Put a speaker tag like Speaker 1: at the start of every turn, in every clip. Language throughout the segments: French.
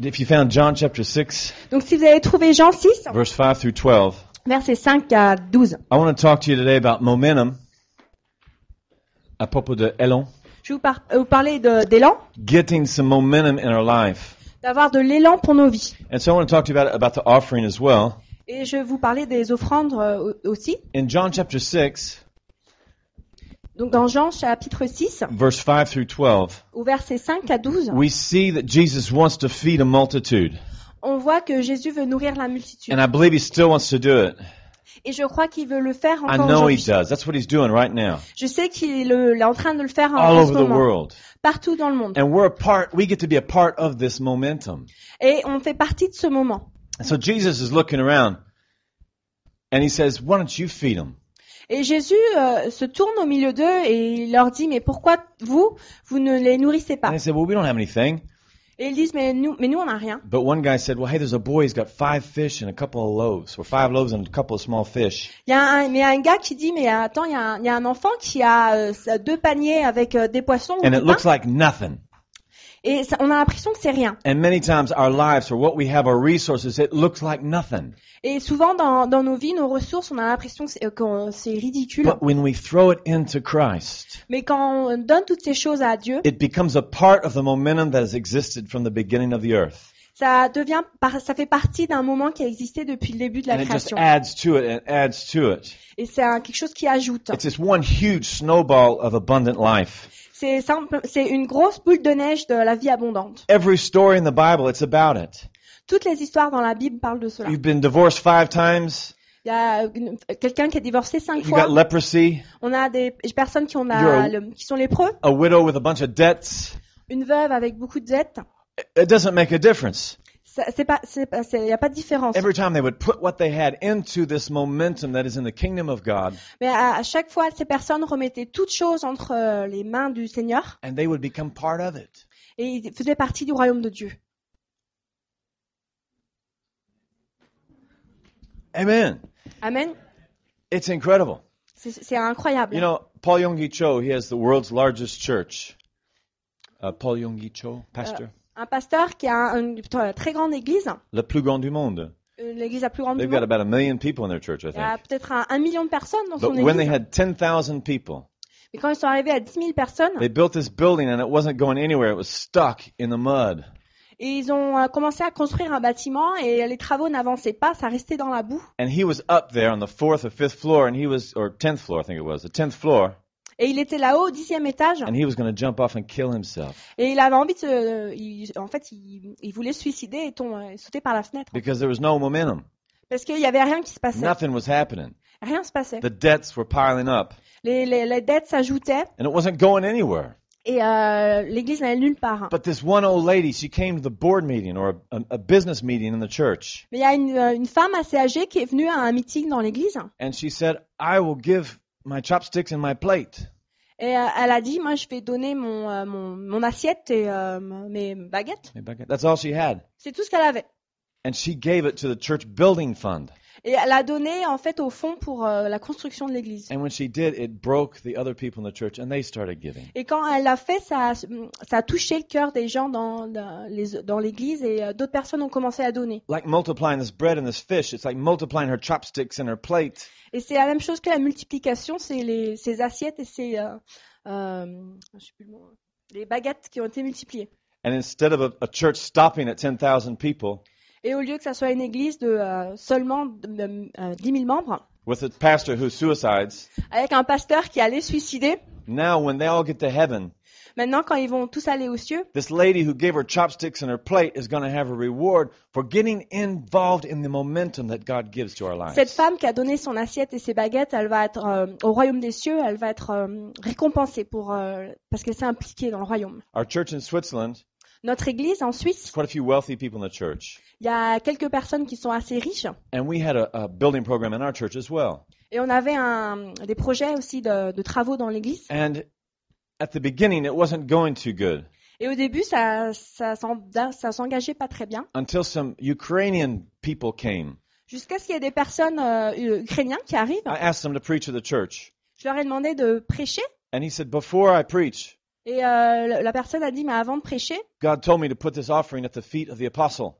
Speaker 1: If you found John chapter 6,
Speaker 2: Donc si vous avez trouvé Jean 6,
Speaker 1: verse 5 through 12,
Speaker 2: versets 5 à 12,
Speaker 1: I want to talk to you today about momentum. À propos de élan.
Speaker 2: je vais vous, par- euh, vous parler de- d'élan,
Speaker 1: Getting some momentum in our life.
Speaker 2: d'avoir de l'élan pour nos vies.
Speaker 1: And so I want to talk to you about, about the offering as well.
Speaker 2: Et je vais vous parler des offrandes euh, au- aussi.
Speaker 1: In John chapter 6,
Speaker 2: Donc dans Jean chapitre 6,
Speaker 1: verse 5 through 12,
Speaker 2: au verset 5 à 12,
Speaker 1: we see that Jesus wants to feed a multitude.
Speaker 2: on voit que Jésus veut nourrir la multitude.
Speaker 1: And I believe he still wants to do it.
Speaker 2: Et je crois qu'il veut le faire
Speaker 1: I
Speaker 2: encore
Speaker 1: know he
Speaker 2: aujourd'hui.
Speaker 1: does. That's what he's doing right now.
Speaker 2: Je sais qu'il est, le- est en train de le faire en,
Speaker 1: All
Speaker 2: en ce
Speaker 1: over the
Speaker 2: moment,
Speaker 1: world.
Speaker 2: partout dans le monde.
Speaker 1: And we're a part, we get to be a part of this momentum.
Speaker 2: Et on fait partie de ce moment.
Speaker 1: And so Jesus is looking around and he says, Why don't you feed them?
Speaker 2: Et Jésus euh, se tourne au milieu d'eux et il leur dit, mais pourquoi vous, vous ne les nourrissez
Speaker 1: And
Speaker 2: pas
Speaker 1: they said, Well, we don't have anything.
Speaker 2: Et ils disent, mais nous, mais nous on n'a rien.
Speaker 1: But one guy said, Well, hey, there's a boy. He's got five fish and a couple of loaves, or five loaves and a couple of small fish.
Speaker 2: Il y a un, mais il y a un gars qui dit, mais attends, il y a un, il y a un enfant qui a euh, sa- deux paniers avec euh, des poissons ou
Speaker 1: And
Speaker 2: du
Speaker 1: it
Speaker 2: pain,
Speaker 1: looks like nothing.
Speaker 2: et ça- on a l'impression que c'est rien.
Speaker 1: And many times our lives or what we have, our resources, it looks like nothing.
Speaker 2: Et souvent dans, dans nos vies, nos ressources, on a l'impression que c'est- euh, qu'on- c'est ridicule.
Speaker 1: But when we throw it into Christ,
Speaker 2: Mais quand on donne toutes ces choses à Dieu,
Speaker 1: it becomes a part of the momentum that has existed from the beginning of the earth.
Speaker 2: ça devient, par- ça fait partie d'un moment qui a existé depuis le début de la
Speaker 1: And it just
Speaker 2: création.
Speaker 1: adds to it and adds to it.
Speaker 2: Et c'est un- quelque chose qui ajoute.
Speaker 1: It's this one huge snowball of abundant life.
Speaker 2: C'est simple, c'est une grosse boule de neige de la vie abondante.
Speaker 1: Every story in the Bible, it's about it.
Speaker 2: Toutes les histoires dans la Bible parlent de cela.
Speaker 1: You've been divorced five times.
Speaker 2: Il y a une- quelqu'un qui est divorcé cinq
Speaker 1: You got
Speaker 2: fois.
Speaker 1: leprosy.
Speaker 2: On a des personnes qui, ont la-
Speaker 1: You're a-
Speaker 2: le- qui sont lépreux,
Speaker 1: A widow with a bunch of debts.
Speaker 2: une veuve avec beaucoup de dettes.
Speaker 1: It doesn't make a difference.
Speaker 2: Ça- C'est pas, c'est pas- c'est- il n'y a pas de différence.
Speaker 1: Every time they would put what they had into this momentum that is in the kingdom of God,
Speaker 2: Mais à, à chaque fois, ces personnes remettaient toutes choses entre euh, les mains du Seigneur
Speaker 1: and they would become part of it.
Speaker 2: et ils faisaient partie du royaume de Dieu.
Speaker 1: Amen.
Speaker 2: Amen.
Speaker 1: It's incredible.
Speaker 2: C'est c'est incroyable.
Speaker 1: You know, Paul Yonggi Cho, he has the world's largest church. Uh, Paul Yonggi Cho, pastor.
Speaker 2: un pasteur qui a une très grande église,
Speaker 1: Le plus grand du monde.
Speaker 2: euh, l'église la plus grande du
Speaker 1: They've got
Speaker 2: monde.
Speaker 1: about a million people in their church, I
Speaker 2: Il y a
Speaker 1: think.
Speaker 2: peut-être un, un million de personnes dans
Speaker 1: But
Speaker 2: son
Speaker 1: when they
Speaker 2: église.
Speaker 1: had 10,000 people,
Speaker 2: Mais quand ils sont arrivés à 10 000 personnes,
Speaker 1: They built this building and it wasn't going anywhere. It was stuck in the mud.
Speaker 2: et ils ont euh, commencé à construire un bâtiment et les travaux n'avançaient pas, ça restait dans la boue.
Speaker 1: And he was up there on the fourth or fifth floor and he was, or tenth floor, I think it was, the tenth floor,
Speaker 2: Et il était là-haut, au dixième étage,
Speaker 1: and he was going to jump off and kill himself
Speaker 2: et il avait envie de se... euh, il- en fait, il, il voulait se suicider et tomber, sauter par la fenêtre.
Speaker 1: because there was no momentum.
Speaker 2: Parce qu'il n'y avait rien qui se passait.
Speaker 1: Nothing was happening.
Speaker 2: Rien se passait.
Speaker 1: The debts were piling up
Speaker 2: Les, les- les dettes s'ajoutaient
Speaker 1: and it wasn't going anywhere.
Speaker 2: et euh, l'église n'allait nulle part.
Speaker 1: But this one old lady, she came to the board meeting or a, a, a business meeting in the church
Speaker 2: Mais il y a une, euh, une femme assez âgée qui est venue à un meeting dans l'église
Speaker 1: and she said, I will give my chopsticks and my plate.
Speaker 2: et euh, elle a dit, moi je vais donner mon, euh, mon, mon assiette et euh, mes baguettes.
Speaker 1: That's all she had.
Speaker 2: C'est tout ce qu'elle avait.
Speaker 1: And she gave it to the church building fund.
Speaker 2: Et elle a donné en fait au fond pour euh, la construction de l'église.
Speaker 1: And when she did, it broke the other people in the church, and they started giving.
Speaker 2: Et quand elle l'a fait, ça a, ça a touché le cœur des gens dans, dans les- dans l'église et euh, d'autres personnes ont commencé à donner.
Speaker 1: Like multiplying this bread and this fish, it's like multiplying her chopsticks and her plate.
Speaker 2: Et c'est la même chose que la multiplication, c'est les, ces assiettes et ces euh, euh, je sais plus le mot, les baguettes qui ont été multipliées.
Speaker 1: And instead of a, a church stopping at 10,000 people,
Speaker 2: Et au lieu que ça soit une église de euh, seulement de, euh, 10 000 membres,
Speaker 1: with a pastor who suicides,
Speaker 2: avec un pasteur qui allait se suicider,
Speaker 1: now when they all get to heaven,
Speaker 2: maintenant quand ils vont tous aller aux cieux,
Speaker 1: this lady who gave her chopsticks and her plate is going to have a reward for getting involved in the momentum that God gives to our
Speaker 2: Cette
Speaker 1: lives.
Speaker 2: femme qui a donné son assiette et ses baguettes, elle va être euh, au royaume des cieux, elle va être euh, récompensée pour euh, parce qu'elle s'est impliquée dans le royaume.
Speaker 1: Our church in Switzerland,
Speaker 2: Notre église en Suisse,
Speaker 1: quite a few wealthy people in the church.
Speaker 2: il y a quelques personnes qui sont assez riches
Speaker 1: And we had a, a building program in our church as well.
Speaker 2: et on avait un- des projets aussi de, de travaux dans l'église.
Speaker 1: And at the beginning, it wasn't going too good.
Speaker 2: Et au début, ça ça, s'en- ça s'engageait pas très bien
Speaker 1: until some Ukrainian people came.
Speaker 2: jusqu'à ce qu'il y ait des personnes euh, ukrainiennes qui arrivent.
Speaker 1: I asked them to preach at the church,
Speaker 2: Je leur ai demandé de prêcher
Speaker 1: and he said, "Before I preach,
Speaker 2: Et euh, la la personne a dit, mais avant de prêcher,
Speaker 1: God told me to put this offering at the feet of the apostle.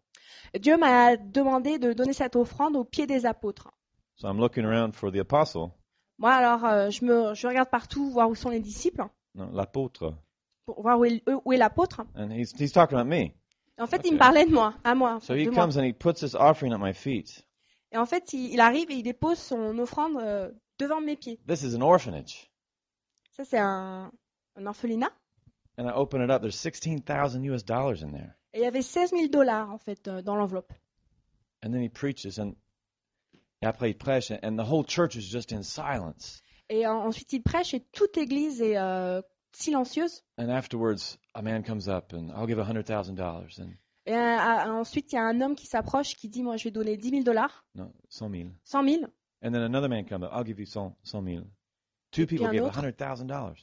Speaker 2: Dieu m'a demandé de donner cette offrande aux pieds des apôtres.
Speaker 1: So I'm looking around for the apostle,
Speaker 2: Moi, alors, euh, je, me, je regarde partout, voir où sont les disciples,
Speaker 1: no, l'apôtre,
Speaker 2: pour voir où est, euh, où est l'apôtre.
Speaker 1: and he's, he's talking about me.
Speaker 2: Et en fait,
Speaker 1: Ok.
Speaker 2: il me parlait de moi, à moi.
Speaker 1: So he
Speaker 2: de moi.
Speaker 1: comes and he puts this offering at my feet.
Speaker 2: Et en fait, il, il arrive et il dépose son offrande euh, devant mes pieds.
Speaker 1: This is an orphanage.
Speaker 2: Ça, c'est un, un orphelinat.
Speaker 1: And I open it up. There's 16,000 US dollars in there.
Speaker 2: Et il y avait 16 000 dollars, en fait, euh, dans l'enveloppe.
Speaker 1: And then he preaches, and après il prêche, and the whole church is just in silence.
Speaker 2: Et en- ensuite, il prêche et toute l'église est euh, silencieuse.
Speaker 1: And afterwards, a man comes up, and I'll give $100,000. And
Speaker 2: Et euh, à- ensuite, il y a un homme qui s'approche qui dit, moi, je vais donner 10 000 dollars,
Speaker 1: no, 100,000.
Speaker 2: 100 000.
Speaker 1: And then another man comes up, I'll give you 100 100,000. Two people
Speaker 2: un
Speaker 1: gave
Speaker 2: autre.
Speaker 1: $100,000.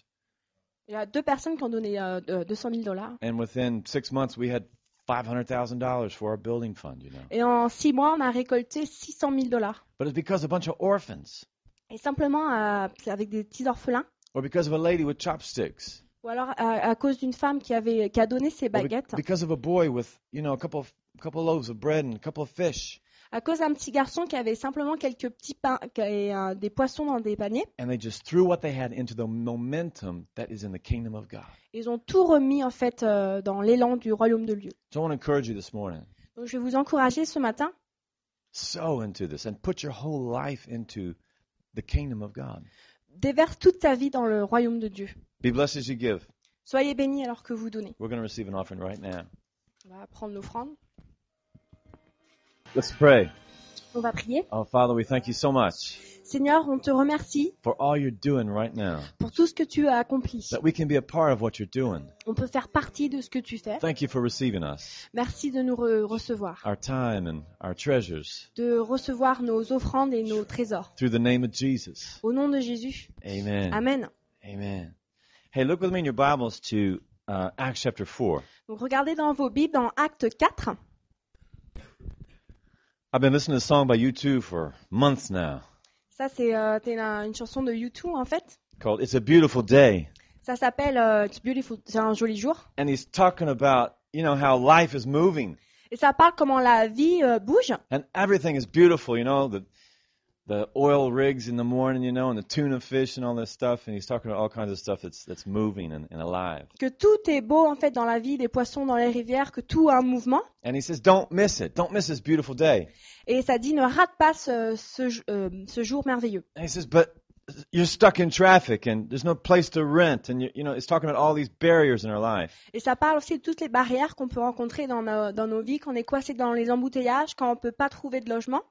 Speaker 2: Il y a deux personnes qui ont donné euh, euh, 200 000 dollars.
Speaker 1: And within six months, we had $500,000 for our building fund, you know.
Speaker 2: Et en six mois, on a récolté 600 000 dollars.
Speaker 1: But it's because a bunch of orphans,
Speaker 2: Et simplement, euh, avec des petits orphelins.
Speaker 1: or because of a lady with chopsticks,
Speaker 2: Ou alors à, à cause d'une femme qui, avait, qui a donné ses
Speaker 1: or be-
Speaker 2: baguettes,
Speaker 1: because of a boy with, you know, a couple of, couple loaves of bread and a couple of fish.
Speaker 2: à cause d'un petit garçon qui avait simplement quelques petits pains et euh, des poissons dans des paniers.
Speaker 1: And they just threw what they had into the momentum that is in the kingdom of God.
Speaker 2: Ils ont tout remis en fait euh, dans l'élan du royaume de Dieu.
Speaker 1: So I want to encourage you this morning.
Speaker 2: Donc je vais vous encourager ce matin
Speaker 1: Sow into this and put your whole life into the kingdom of God.
Speaker 2: déverse toute ta vie dans le royaume de Dieu.
Speaker 1: Be blessed as you give.
Speaker 2: Soyez bénis alors que vous donnez.
Speaker 1: We're going to receive an offering right now.
Speaker 2: On va prendre l'offrande.
Speaker 1: Let's pray.
Speaker 2: On va prier.
Speaker 1: Oh, Father, we thank you so much
Speaker 2: Seigneur, on te remercie
Speaker 1: for all you're doing right now,
Speaker 2: pour tout ce que tu as accompli.
Speaker 1: that we can be a part of what you're doing.
Speaker 2: On peut faire partie de ce que tu fais.
Speaker 1: Thank you for receiving us,
Speaker 2: Merci de nous re- recevoir,
Speaker 1: our time and our treasures,
Speaker 2: de recevoir nos offrandes et nos trésors.
Speaker 1: through the name of Jesus.
Speaker 2: Au nom de Jésus.
Speaker 1: Amen.
Speaker 2: Amen.
Speaker 1: Amen. Hey, look with me in your Bibles to uh, Acts chapter 4.
Speaker 2: Donc regardez dans vos Bibles, dans Acte 4.
Speaker 1: I've been listening to this song by U2 for months now
Speaker 2: Ça, c'est euh, t'es la- une chanson de U2, en fait.
Speaker 1: called It's a Beautiful Day.
Speaker 2: Ça s'appelle euh, It's Beautiful, c'est un joli jour.
Speaker 1: and he's talking about you know how life is moving
Speaker 2: Et ça parle comment la vie euh, bouge.
Speaker 1: and everything is beautiful you know the the oil rigs in the morning you know and the tuna fish and all this stuff and he's talking about all kinds of stuff that's that's moving and, and alive
Speaker 2: Que tout est beau, en fait, dans la vie, des poissons dans les rivières, que tout a un mouvement.
Speaker 1: and he says don't miss it don't miss this beautiful day
Speaker 2: Et ça dit, ne rate pas ce, ce j- euh, ce jour merveilleux.
Speaker 1: and he says but you're stuck in traffic and there's no place to rent and you, you know it's talking about all these barriers in our life
Speaker 2: Et ça parle aussi de toutes les barrières qu'on peut rencontrer dans nos, dans nos vies, qu'on est coincé dans les embouteillages, quand on peut pas trouver de logement.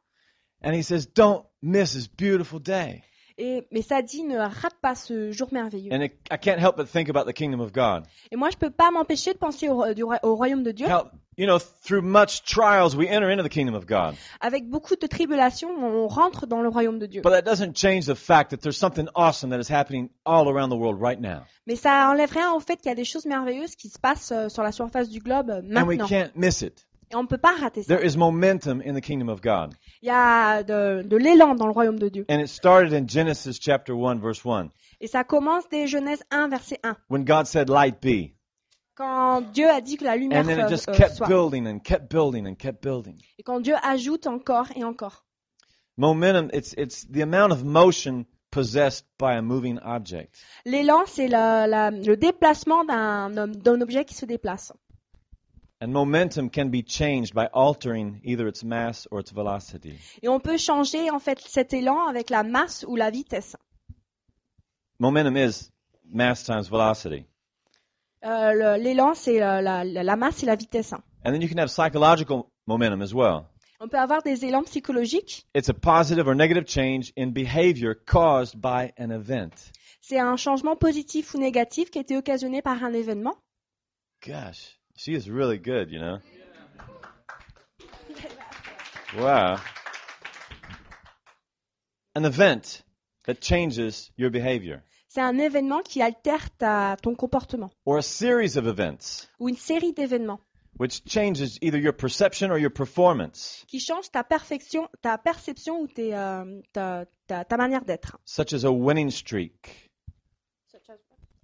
Speaker 1: and he says don't miss this beautiful day
Speaker 2: Et, mais ça dit, ne rate pas ce jour merveilleux.
Speaker 1: and it, i can't help but think about the kingdom of god
Speaker 2: Et moi, je peux pas m'empêcher de penser au, ro- du roi- au royaume de Dieu.
Speaker 1: how you know through much trials we enter into the kingdom of god
Speaker 2: Avec beaucoup de tribulations, on rentre dans le royaume de Dieu.
Speaker 1: But that doesn't change the fact that there's something awesome that is happening all around the world right now.
Speaker 2: Mais ça enlève rien au fait qu'il y a des choses merveilleuses qui se passent euh, sur la surface du globe euh,
Speaker 1: And we
Speaker 2: maintenant.
Speaker 1: can't miss it.
Speaker 2: Et on ne peut pas rater ça.
Speaker 1: There is momentum in the kingdom of God.
Speaker 2: Il y a de, de l'élan dans le royaume de Dieu.
Speaker 1: And it started in Genesis chapter 1, verse 1,
Speaker 2: Et ça commence dès Genèse 1, verset 1.
Speaker 1: when God said, Light be.
Speaker 2: Quand Dieu a dit que la lumière
Speaker 1: And then it just
Speaker 2: euh, euh,
Speaker 1: kept
Speaker 2: soit.
Speaker 1: building and kept building and kept building.
Speaker 2: Et quand Dieu ajoute encore et encore.
Speaker 1: Momentum, it's, it's the amount of motion possessed by a moving object.
Speaker 2: L'élan, c'est la- la- le déplacement d'un homme- d'un objet qui se déplace.
Speaker 1: And momentum can be changed by altering either its mass or its velocity.
Speaker 2: Et on peut changer en fait cet élan avec la masse ou la vitesse.
Speaker 1: Momentum is mass times velocity.
Speaker 2: Euh, le- l'élan, c'est euh, la, la- la masse et la vitesse.
Speaker 1: And then you can have psychological momentum as well.
Speaker 2: On peut avoir des élans psychologiques.
Speaker 1: It's a positive or negative change in behavior caused by an event.
Speaker 2: C'est un changement positif ou négatif qui a été occasionné par un événement.
Speaker 1: Gosh, she is really good, you know. Wow. An event that changes your behavior,
Speaker 2: C'est un événement qui altère ta- ton comportement
Speaker 1: or a series of events
Speaker 2: ou une série d'événements
Speaker 1: which changes either your perception or your performance,
Speaker 2: qui change ta perfection, ta perception ou tes, euh, ta, ta- ta manière d'être.
Speaker 1: such as a winning streak,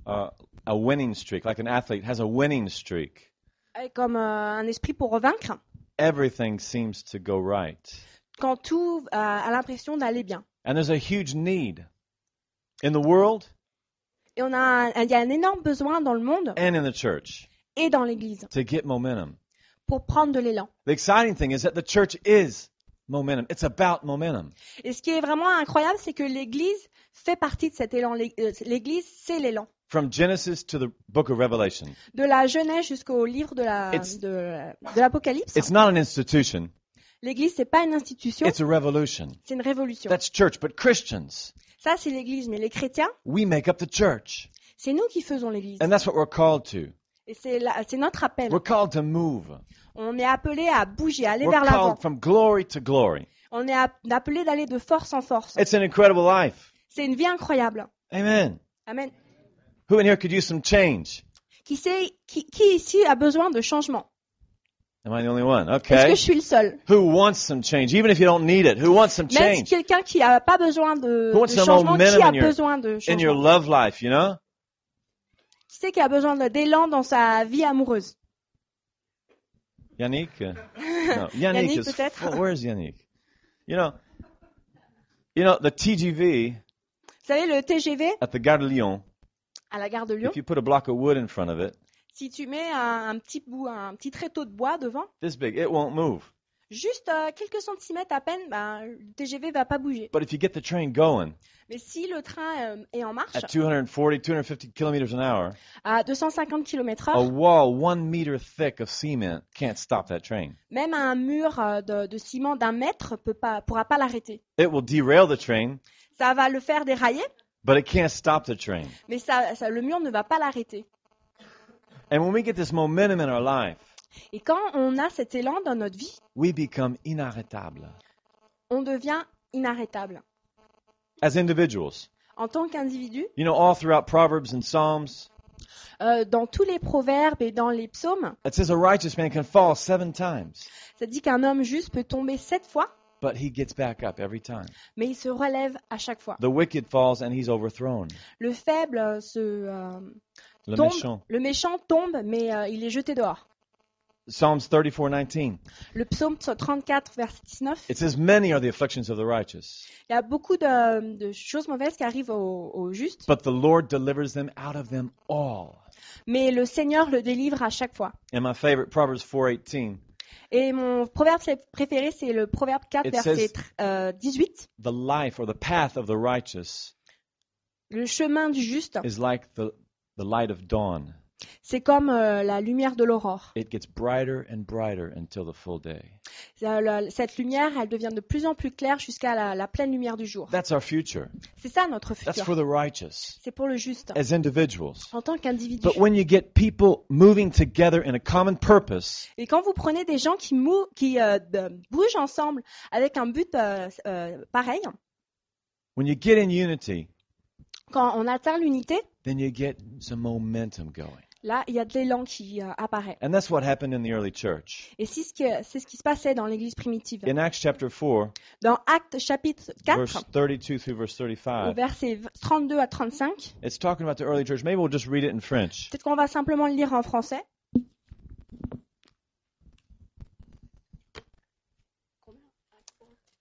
Speaker 1: uh, a winning streak, like an athlete has a winning streak.
Speaker 2: Et comme euh, un esprit pour revaincre
Speaker 1: Everything seems to go right.
Speaker 2: quand tout euh, a l'impression d'aller bien.
Speaker 1: And there's a huge need in the world
Speaker 2: Et on a un- il y a un énorme besoin dans le monde
Speaker 1: and in the church
Speaker 2: et dans l'Église
Speaker 1: to get momentum.
Speaker 2: pour prendre de l'élan.
Speaker 1: The exciting thing is that the church is momentum. It's about momentum.
Speaker 2: Et ce qui est vraiment incroyable, c'est que l'Église fait partie de cet élan. L'É- euh, L'Église, c'est l'élan.
Speaker 1: From Genesis to the book of Revelation.
Speaker 2: De la Genèse jusqu'au livre de la-
Speaker 1: It's-
Speaker 2: de la- de l'Apocalypse,
Speaker 1: It's not an institution,
Speaker 2: l'Église, c'est pas une institution,
Speaker 1: it's a revolution.
Speaker 2: c'est une révolution.
Speaker 1: That's church, but Christians,
Speaker 2: Ça, c'est l'Église, mais les chrétiens,
Speaker 1: we make up the church.
Speaker 2: c'est nous qui faisons l'Église.
Speaker 1: And that's what we're called to.
Speaker 2: Et c'est la- c'est notre appel.
Speaker 1: We're called to move.
Speaker 2: On est appelé à bouger, à aller
Speaker 1: We're
Speaker 2: vers l'avant.
Speaker 1: called from glory to glory.
Speaker 2: On est app- appelé d'aller de force en force.
Speaker 1: It's an incredible life.
Speaker 2: C'est une vie incroyable.
Speaker 1: Amen.
Speaker 2: Amen.
Speaker 1: Who in here could use some change?
Speaker 2: Qui, sait, qui, qui ici a besoin de changement
Speaker 1: Am I the only one?
Speaker 2: Est-ce
Speaker 1: Okay.
Speaker 2: que je suis le seul
Speaker 1: Who wants some change? Even if you don't need it, who wants some
Speaker 2: Même si
Speaker 1: change
Speaker 2: quelqu'un qui n'a pas besoin de,
Speaker 1: Who wants
Speaker 2: de
Speaker 1: some
Speaker 2: changement, qui
Speaker 1: momentum
Speaker 2: a
Speaker 1: in your-
Speaker 2: besoin de
Speaker 1: in your
Speaker 2: changement
Speaker 1: love life, you know?
Speaker 2: Qui sait qui a besoin de- d'élan dans sa vie amoureuse
Speaker 1: Yannick? uh, No, Yannick,
Speaker 2: Yannick,
Speaker 1: is.
Speaker 2: peut-être.
Speaker 1: full- Where's Yannick? You know, you know the TGV
Speaker 2: Vous savez, le TGV
Speaker 1: at the Gare de Lyon.
Speaker 2: à la gare de Lyon,
Speaker 1: If you put a block of wood in front of it,
Speaker 2: si tu mets un, un petit bout, un petit tréteau de bois devant,
Speaker 1: this big, it won't move.
Speaker 2: juste euh, quelques centimètres à peine, ben, le TGV va pas bouger.
Speaker 1: But if you get the train going
Speaker 2: Mais si le train euh, est en marche
Speaker 1: at 240, 250 kilometers an hour,
Speaker 2: à 250 km/h,
Speaker 1: a wall one meter thick of cement can't stop that train.
Speaker 2: même un mur euh, de, de ciment d'un mètre peut pas, pourra pas l'arrêter.
Speaker 1: It will derail the train,
Speaker 2: Ça va le faire dérailler,
Speaker 1: but it can't stop the train.
Speaker 2: mais ça, ça- le mur ne va pas l'arrêter.
Speaker 1: And when we get this momentum in our life,
Speaker 2: Et quand on a cet élan dans notre vie,
Speaker 1: we become inarrêtable
Speaker 2: on devient inarrêtable.
Speaker 1: as individuals.
Speaker 2: En tant qu'individu,
Speaker 1: You know, all throughout Proverbs and Psalms,
Speaker 2: euh, dans tous les proverbes et dans les psaumes,
Speaker 1: it says a righteous man can fall seven times,
Speaker 2: ça dit qu'un homme juste peut tomber sept fois,
Speaker 1: but he gets back up every time.
Speaker 2: mais il se relève à chaque fois.
Speaker 1: The wicked falls and he's overthrown.
Speaker 2: Le faible euh, se euh,
Speaker 1: Le
Speaker 2: tombe,
Speaker 1: méchant.
Speaker 2: le méchant tombe, mais euh, il est jeté dehors.
Speaker 1: Psalms 34:19.
Speaker 2: Le psaume 34, verset 19,
Speaker 1: It says, "Many are the afflictions of the righteous,
Speaker 2: il y a beaucoup de, de choses mauvaises qui arrivent au, au juste,
Speaker 1: but the Lord delivers them out of them all."
Speaker 2: mais le Seigneur le délivre à chaque fois.
Speaker 1: And my favorite Proverbs 4:18.
Speaker 2: Et mon proverbe c'est- préféré, c'est le proverbe 4,
Speaker 1: It
Speaker 2: verset
Speaker 1: says-
Speaker 2: tr- euh, 18.
Speaker 1: The life or the path of the righteous
Speaker 2: Le chemin du juste,
Speaker 1: is like the the light of dawn.
Speaker 2: c'est comme euh, la lumière de l'aurore.
Speaker 1: It gets brighter and brighter until the full day.
Speaker 2: Ça, la- Cette lumière, elle devient de plus en plus claire jusqu'à la, la pleine lumière du jour.
Speaker 1: That's our future.
Speaker 2: C'est ça notre
Speaker 1: That's
Speaker 2: futur.
Speaker 1: for the righteous
Speaker 2: C'est pour le juste,
Speaker 1: as individuals.
Speaker 2: en tant qu'individu.
Speaker 1: But when you get people moving together in a common purpose,
Speaker 2: Et quand vous prenez des gens qui, mou- qui euh, de- bougent ensemble avec un but euh, euh, pareil,
Speaker 1: when you get in unity,
Speaker 2: quand on atteint l'unité,
Speaker 1: then you get some momentum going.
Speaker 2: là, il y a de l'élan qui euh, apparaît.
Speaker 1: And that's what happened in the early church.
Speaker 2: Et c'est ce, qui- c'est ce qui se passait dans l'Église primitive.
Speaker 1: In Acts chapter 4,
Speaker 2: Dans Actes chapitre
Speaker 1: verse
Speaker 2: 4,
Speaker 1: 32 through verse
Speaker 2: au
Speaker 1: 35,
Speaker 2: verset 32 à 35,
Speaker 1: it's talking about the early church. Maybe we'll just read it in French.
Speaker 2: peut-être qu'on va simplement le lire en français.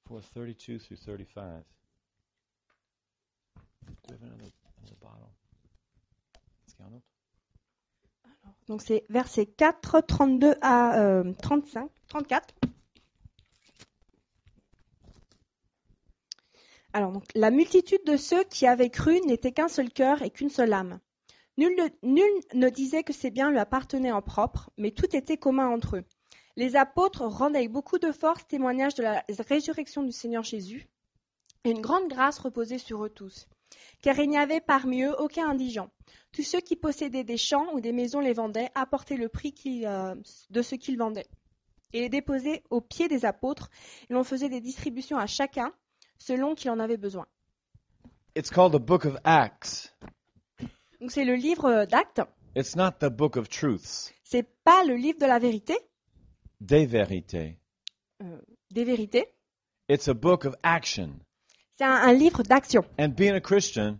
Speaker 1: Four thirty-two through 35. Do we have another, another bottle? Let's get one.
Speaker 2: Donc c'est verset 4, 32 à euh, 35, 34. Alors, donc, la multitude de ceux qui avaient cru n'était qu'un seul cœur et qu'une seule âme. Nul ne, nul ne disait que ses biens lui appartenaient en propre, mais tout était commun entre eux. Les apôtres rendent avec beaucoup de force témoignage de la résurrection du Seigneur Jésus, et une grande grâce reposait sur eux tous, car il n'y avait parmi eux aucun indigent. Tous ceux qui possédaient des champs ou des maisons les vendaient, apportaient le prix qui, euh, de ce qu'ils vendaient et les déposaient aux pieds des apôtres, et l'on faisait des distributions à chacun selon qu'il en avait besoin.
Speaker 1: It's called the book of Acts.
Speaker 2: Donc c'est le livre euh, d'actes,
Speaker 1: It's not the book of truths,
Speaker 2: c'est pas le livre de la vérité,
Speaker 1: des vérités.
Speaker 2: des vérités,
Speaker 1: It's a book of action.
Speaker 2: c'est un, un livre d'action.
Speaker 1: And being a Christian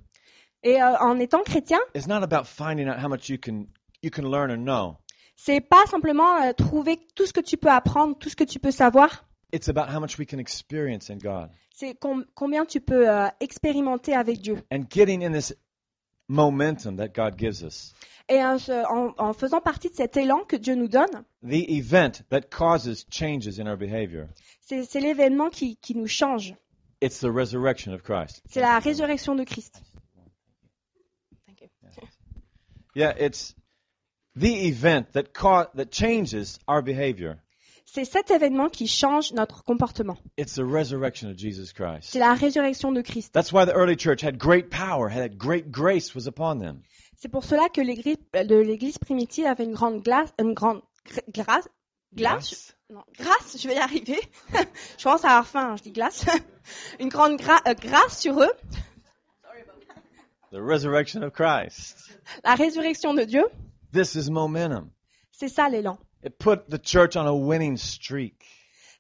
Speaker 2: Et euh, en étant chrétien,
Speaker 1: It's not about finding out how much you can you can learn or know.
Speaker 2: c'est pas simplement euh, trouver tout ce que tu peux apprendre, tout ce que tu peux savoir.
Speaker 1: It's about how much we can experience in God.
Speaker 2: C'est com- combien tu peux euh, expérimenter avec Dieu.
Speaker 1: And getting in this momentum that God gives us.
Speaker 2: Et en, se- en- en faisant partie de cet élan que Dieu nous donne,
Speaker 1: The event that causes changes in our behavior.
Speaker 2: c'est c'est l'événement qui, qui nous change.
Speaker 1: It's the resurrection of Christ.
Speaker 2: C'est la résurrection de Christ.
Speaker 1: Yeah, it's the event that ca- that changes our behavior.
Speaker 2: C'est cet événement qui change notre comportement.
Speaker 1: It's the resurrection of Jesus Christ.
Speaker 2: C'est la résurrection de Christ.
Speaker 1: That's why the early church had great power, had great grace was upon them.
Speaker 2: C'est pour cela que l'Église euh, de l'Église primitive avait une grande glace, une grande gr- grâce, glace, je- non, grâce, je vais y arriver. je pense à avoir faim, hein, je dis glace. une grande gra- euh, grâce sur eux,
Speaker 1: The resurrection of Christ.
Speaker 2: la résurrection de Dieu.
Speaker 1: This is momentum.
Speaker 2: C'est ça l'élan.
Speaker 1: It put the church on a winning streak.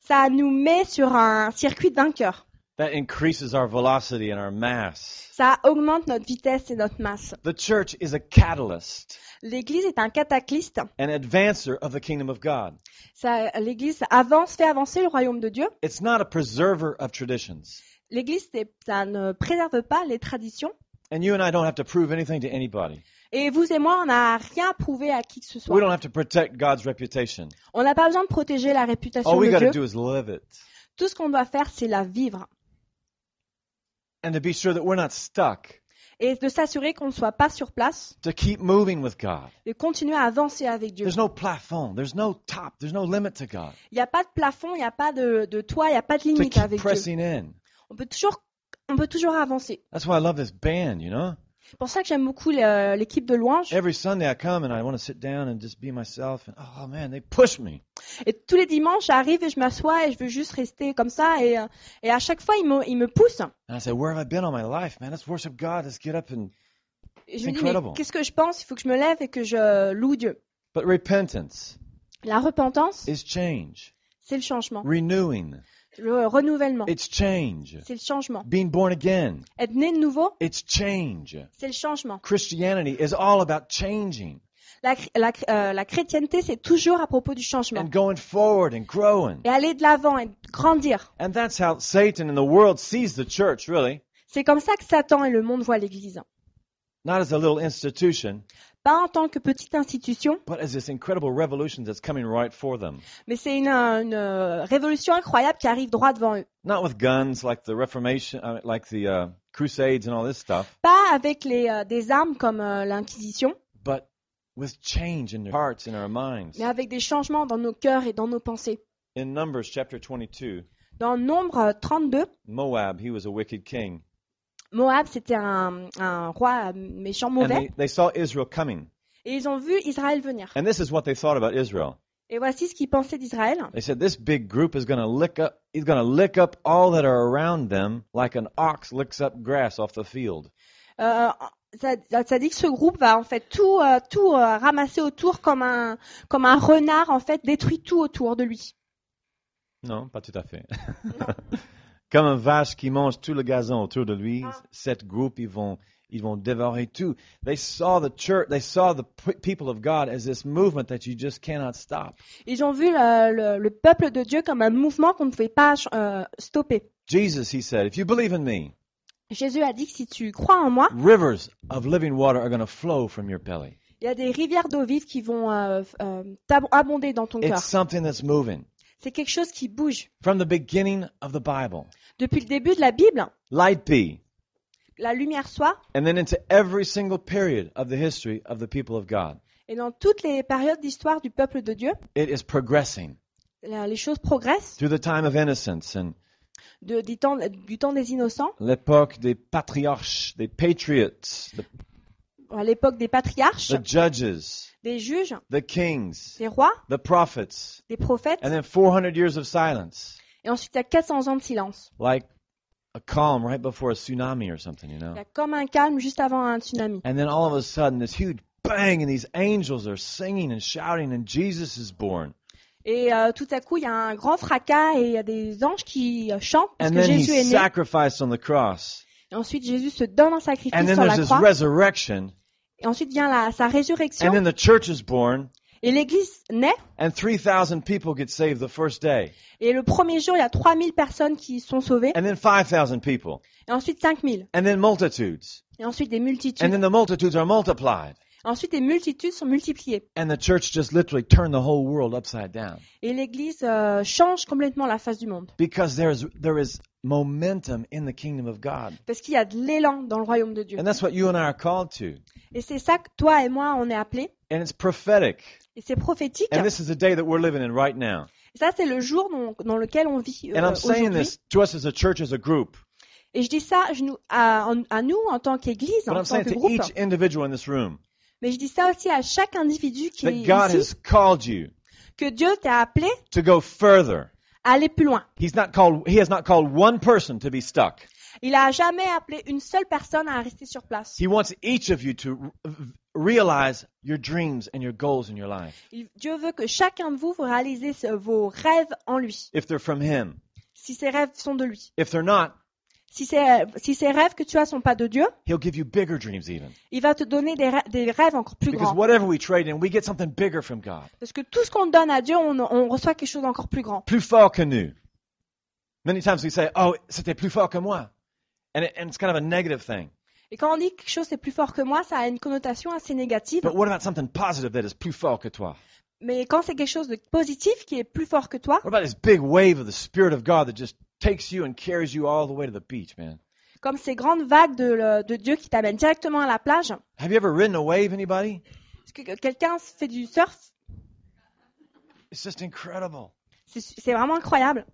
Speaker 2: Ça nous met sur un circuit vainqueur.
Speaker 1: That increases our velocity and our mass.
Speaker 2: Ça augmente notre vitesse et notre masse.
Speaker 1: The church is a catalyst,
Speaker 2: L'Église est un cataclyste.
Speaker 1: an advancer of the kingdom of God.
Speaker 2: Ça- L'Église avance, fait avancer le royaume de Dieu.
Speaker 1: It's not a preserver of traditions.
Speaker 2: L'Église, c'est- ça ne préserve pas les traditions.
Speaker 1: And you and I don't have to prove anything to anybody.
Speaker 2: Et vous et moi, on n'a rien prouvé à qui que ce
Speaker 1: We
Speaker 2: soit.
Speaker 1: don't have to protect God's reputation.
Speaker 2: On n'a pas besoin de protéger la réputation
Speaker 1: All we
Speaker 2: de
Speaker 1: got to
Speaker 2: Dieu.
Speaker 1: do is live it
Speaker 2: Tout ce qu'on doit faire, c'est la vivre.
Speaker 1: and to be sure that we're not stuck,
Speaker 2: Et de s'assurer qu'on ne soit pas sur place,
Speaker 1: to keep moving with God.
Speaker 2: de continuer à avancer avec Dieu.
Speaker 1: There's no plafond, there's no top, there's no limit to God.
Speaker 2: Il n'y a pas de plafond, il n'y a pas de, de toit, il n'y a pas de
Speaker 1: To
Speaker 2: limite
Speaker 1: keep
Speaker 2: avec Dieu.
Speaker 1: pressing in.
Speaker 2: On peut toujours, on peut toujours avancer.
Speaker 1: That's why I love this band, you know?
Speaker 2: C'est pour ça que j'aime beaucoup le- l'équipe de louanges.
Speaker 1: Every Sunday I come and I want to sit down and just be myself and oh man, they push me.
Speaker 2: Et tous les dimanches, j'arrive et je m'assois et je veux juste rester comme ça. Et, euh, et à chaque fois, ils me, ils me poussent.
Speaker 1: And I say, Where have I been all my life, man? Let's worship God, let's get up and
Speaker 2: Et je me dis, mais
Speaker 1: Incredible.
Speaker 2: qu'est-ce que je pense Il faut que je me lève et que je loue Dieu.
Speaker 1: But repentance
Speaker 2: La repentance,
Speaker 1: is change.
Speaker 2: c'est le changement.
Speaker 1: Renewing.
Speaker 2: Le renouvellement,
Speaker 1: It's change.
Speaker 2: c'est le changement.
Speaker 1: Being born again.
Speaker 2: Être né de nouveau,
Speaker 1: It's change.
Speaker 2: c'est le changement.
Speaker 1: Christianity is all about changing
Speaker 2: La, chr- la chr- euh, la chrétienté, c'est toujours à propos du changement.
Speaker 1: and going forward and growing.
Speaker 2: Et aller de l'avant et grandir.
Speaker 1: And that's how Satan and the world sees the church, really.
Speaker 2: C'est comme ça que Satan et le monde voient l'Église.
Speaker 1: Not as a little institution,
Speaker 2: Pas en tant que petite institution,
Speaker 1: but as this incredible revolution that's coming right for them.
Speaker 2: mais c'est une, euh, une, euh, révolution incroyable qui arrive droit devant eux.
Speaker 1: Not with guns like the Reformation, uh, like the uh, Crusades and all this stuff,
Speaker 2: Pas avec les, euh, des armes comme euh, l'Inquisition,
Speaker 1: but with change in their hearts and our minds.
Speaker 2: mais avec des changements dans nos cœurs et dans nos pensées.
Speaker 1: In Numbers chapter 22,
Speaker 2: Dans Nombre euh, 32,
Speaker 1: Moab, he was a wicked king.
Speaker 2: Moab, c'était un, un roi euh, méchant,
Speaker 1: And
Speaker 2: mauvais,
Speaker 1: they, they saw Israel coming.
Speaker 2: et ils ont vu Israël venir.
Speaker 1: And this is what they thought about Israel.
Speaker 2: Et voici ce qu'ils pensaient d'Israël.
Speaker 1: They said this big group is going to lick up he's going to lick up all that are around them like an ox licks up grass off the field.
Speaker 2: Euh, ça, ça dit que ce groupe va en fait tout, euh, tout euh, ramasser autour comme un, comme un renard, en fait, détruit tout autour de lui.
Speaker 1: Non, pas tout à fait. Comme une vache qui mange tout le gazon autour de lui,
Speaker 2: Ah.
Speaker 1: cette groupe ils vont ils vont dévorer tout. They saw the church, they saw the p- people of God as this movement that you just cannot stop.
Speaker 2: Ils ont vu le, le- le peuple de Dieu comme un mouvement qu'on ne pouvait pas euh, stopper.
Speaker 1: Jesus, he said, if you believe in me,
Speaker 2: Jésus a dit que si tu crois en moi,
Speaker 1: rivers of living water are going to flow from your belly.
Speaker 2: il y a des rivières d'eau vive qui vont euh, f- euh, t'ab- abonder dans ton cœur.
Speaker 1: It's something that's moving.
Speaker 2: C'est quelque chose qui bouge.
Speaker 1: From the beginning of the Bible,
Speaker 2: Depuis le début de la Bible,
Speaker 1: light be
Speaker 2: la lumière soit,
Speaker 1: and then into every single period of the history of the people of God.
Speaker 2: et dans toutes les périodes d'histoire du peuple de Dieu,
Speaker 1: It is progressing
Speaker 2: la- les choses progressent
Speaker 1: through the time of innocence and
Speaker 2: de- du, temps, du temps des innocents,
Speaker 1: l'époque des patriarches, des patriots, the,
Speaker 2: à l'époque des patriarches,
Speaker 1: the judges,
Speaker 2: des juges,
Speaker 1: the kings,
Speaker 2: des rois,
Speaker 1: the prophets,
Speaker 2: des prophètes,
Speaker 1: and then 400 years of silence,
Speaker 2: et ensuite il y a 400 ans de silence.
Speaker 1: like a calm right before a tsunami or something, you
Speaker 2: Il y
Speaker 1: know.
Speaker 2: a comme un calme juste avant un tsunami.
Speaker 1: And then all of a sudden, this huge bang, and these angels are singing and shouting, and Jesus is born.
Speaker 2: Et euh, tout à coup, il y a un grand fracas et il y a des anges qui euh, chantent parce
Speaker 1: And
Speaker 2: que
Speaker 1: then he
Speaker 2: Jésus est né.
Speaker 1: sacrificed on the cross.
Speaker 2: Ensuite, Jésus se donne en
Speaker 1: And
Speaker 2: sacrifice
Speaker 1: then
Speaker 2: sur
Speaker 1: there's
Speaker 2: la
Speaker 1: his
Speaker 2: croix.
Speaker 1: resurrection.
Speaker 2: Et ensuite vient la- sa résurrection.
Speaker 1: And then the church is born.
Speaker 2: Et l'église naît.
Speaker 1: And 3,000 people get saved the first day.
Speaker 2: Et le premier jour, il y a 3000 personnes qui sont sauvées.
Speaker 1: And then 5,000 people.
Speaker 2: Et ensuite 5000.
Speaker 1: And then multitudes.
Speaker 2: Et ensuite des
Speaker 1: And
Speaker 2: multitudes.
Speaker 1: then the multitudes are multiplied.
Speaker 2: Ensuite, les multitudes sont multipliées.
Speaker 1: And the church just literally turned the whole world upside down.
Speaker 2: Et l'église euh, change complètement la face du monde.
Speaker 1: Because there is, there is momentum in the kingdom of God.
Speaker 2: Parce qu'il y a de l'élan dans le royaume de Dieu.
Speaker 1: And that's what you and I are called to.
Speaker 2: Et c'est ça que toi et moi, on est appelés.
Speaker 1: And it's prophetic.
Speaker 2: Et c'est prophétique.
Speaker 1: And this is the day that we're living in right now.
Speaker 2: Et ça, c'est le jour dont- dans lequel on vit euh,
Speaker 1: And I'm saying
Speaker 2: aujourd'hui.
Speaker 1: this to us as a church, as a group.
Speaker 2: Et je dis ça je nous- à, en- à nous en tant qu'Église,
Speaker 1: But
Speaker 2: en
Speaker 1: I'm
Speaker 2: tant
Speaker 1: saying
Speaker 2: que
Speaker 1: to
Speaker 2: groupe.
Speaker 1: each individual in this room
Speaker 2: Mais je dis ça aussi à chaque individu qui est
Speaker 1: that God has
Speaker 2: ici,
Speaker 1: called you
Speaker 2: que Dieu t'a appelé
Speaker 1: to go further.
Speaker 2: à aller plus loin.
Speaker 1: He's not called, he has not called one person to be stuck.
Speaker 2: Il a jamais appelé une seule personne à rester sur place.
Speaker 1: He wants each of you to r- realize your dreams and your goals in your life,
Speaker 2: Il- Dieu veut que chacun de vous, vous réalisez ce- vos rêves en lui,
Speaker 1: if they're from Him.
Speaker 2: si ces rêves sont de lui.
Speaker 1: If they're not,
Speaker 2: Si ces, si ces rêves que tu as sont pas de Dieu,
Speaker 1: He'll give you bigger dreams even.
Speaker 2: il va te donner des, rê- des rêves encore plus
Speaker 1: Because
Speaker 2: grands.
Speaker 1: whatever we trade in, we get something bigger from God.
Speaker 2: Parce que tout ce qu'on donne à Dieu, on, on reçoit quelque chose d'encore plus grand.
Speaker 1: Plus fort que nous. Many times we say, oh, c'était plus fort que moi. And, it, and it's kind of a negative thing.
Speaker 2: Et quand on dit que quelque chose est plus fort que moi, ça a une connotation assez négative.
Speaker 1: But what about something positive that is plus fort que toi?
Speaker 2: Mais quand c'est quelque chose de positif qui est plus fort que toi,
Speaker 1: What about this big wave of the Spirit of God that just takes you and carries you all the way to the beach, man?
Speaker 2: comme ces grandes vagues de, le- de Dieu qui t'amènent directement à la plage, est-ce
Speaker 1: Have you ever ridden a wave, anybody?
Speaker 2: que que quelqu'un se fait du surf,
Speaker 1: It's just incredible.
Speaker 2: c'est c'est vraiment incroyable.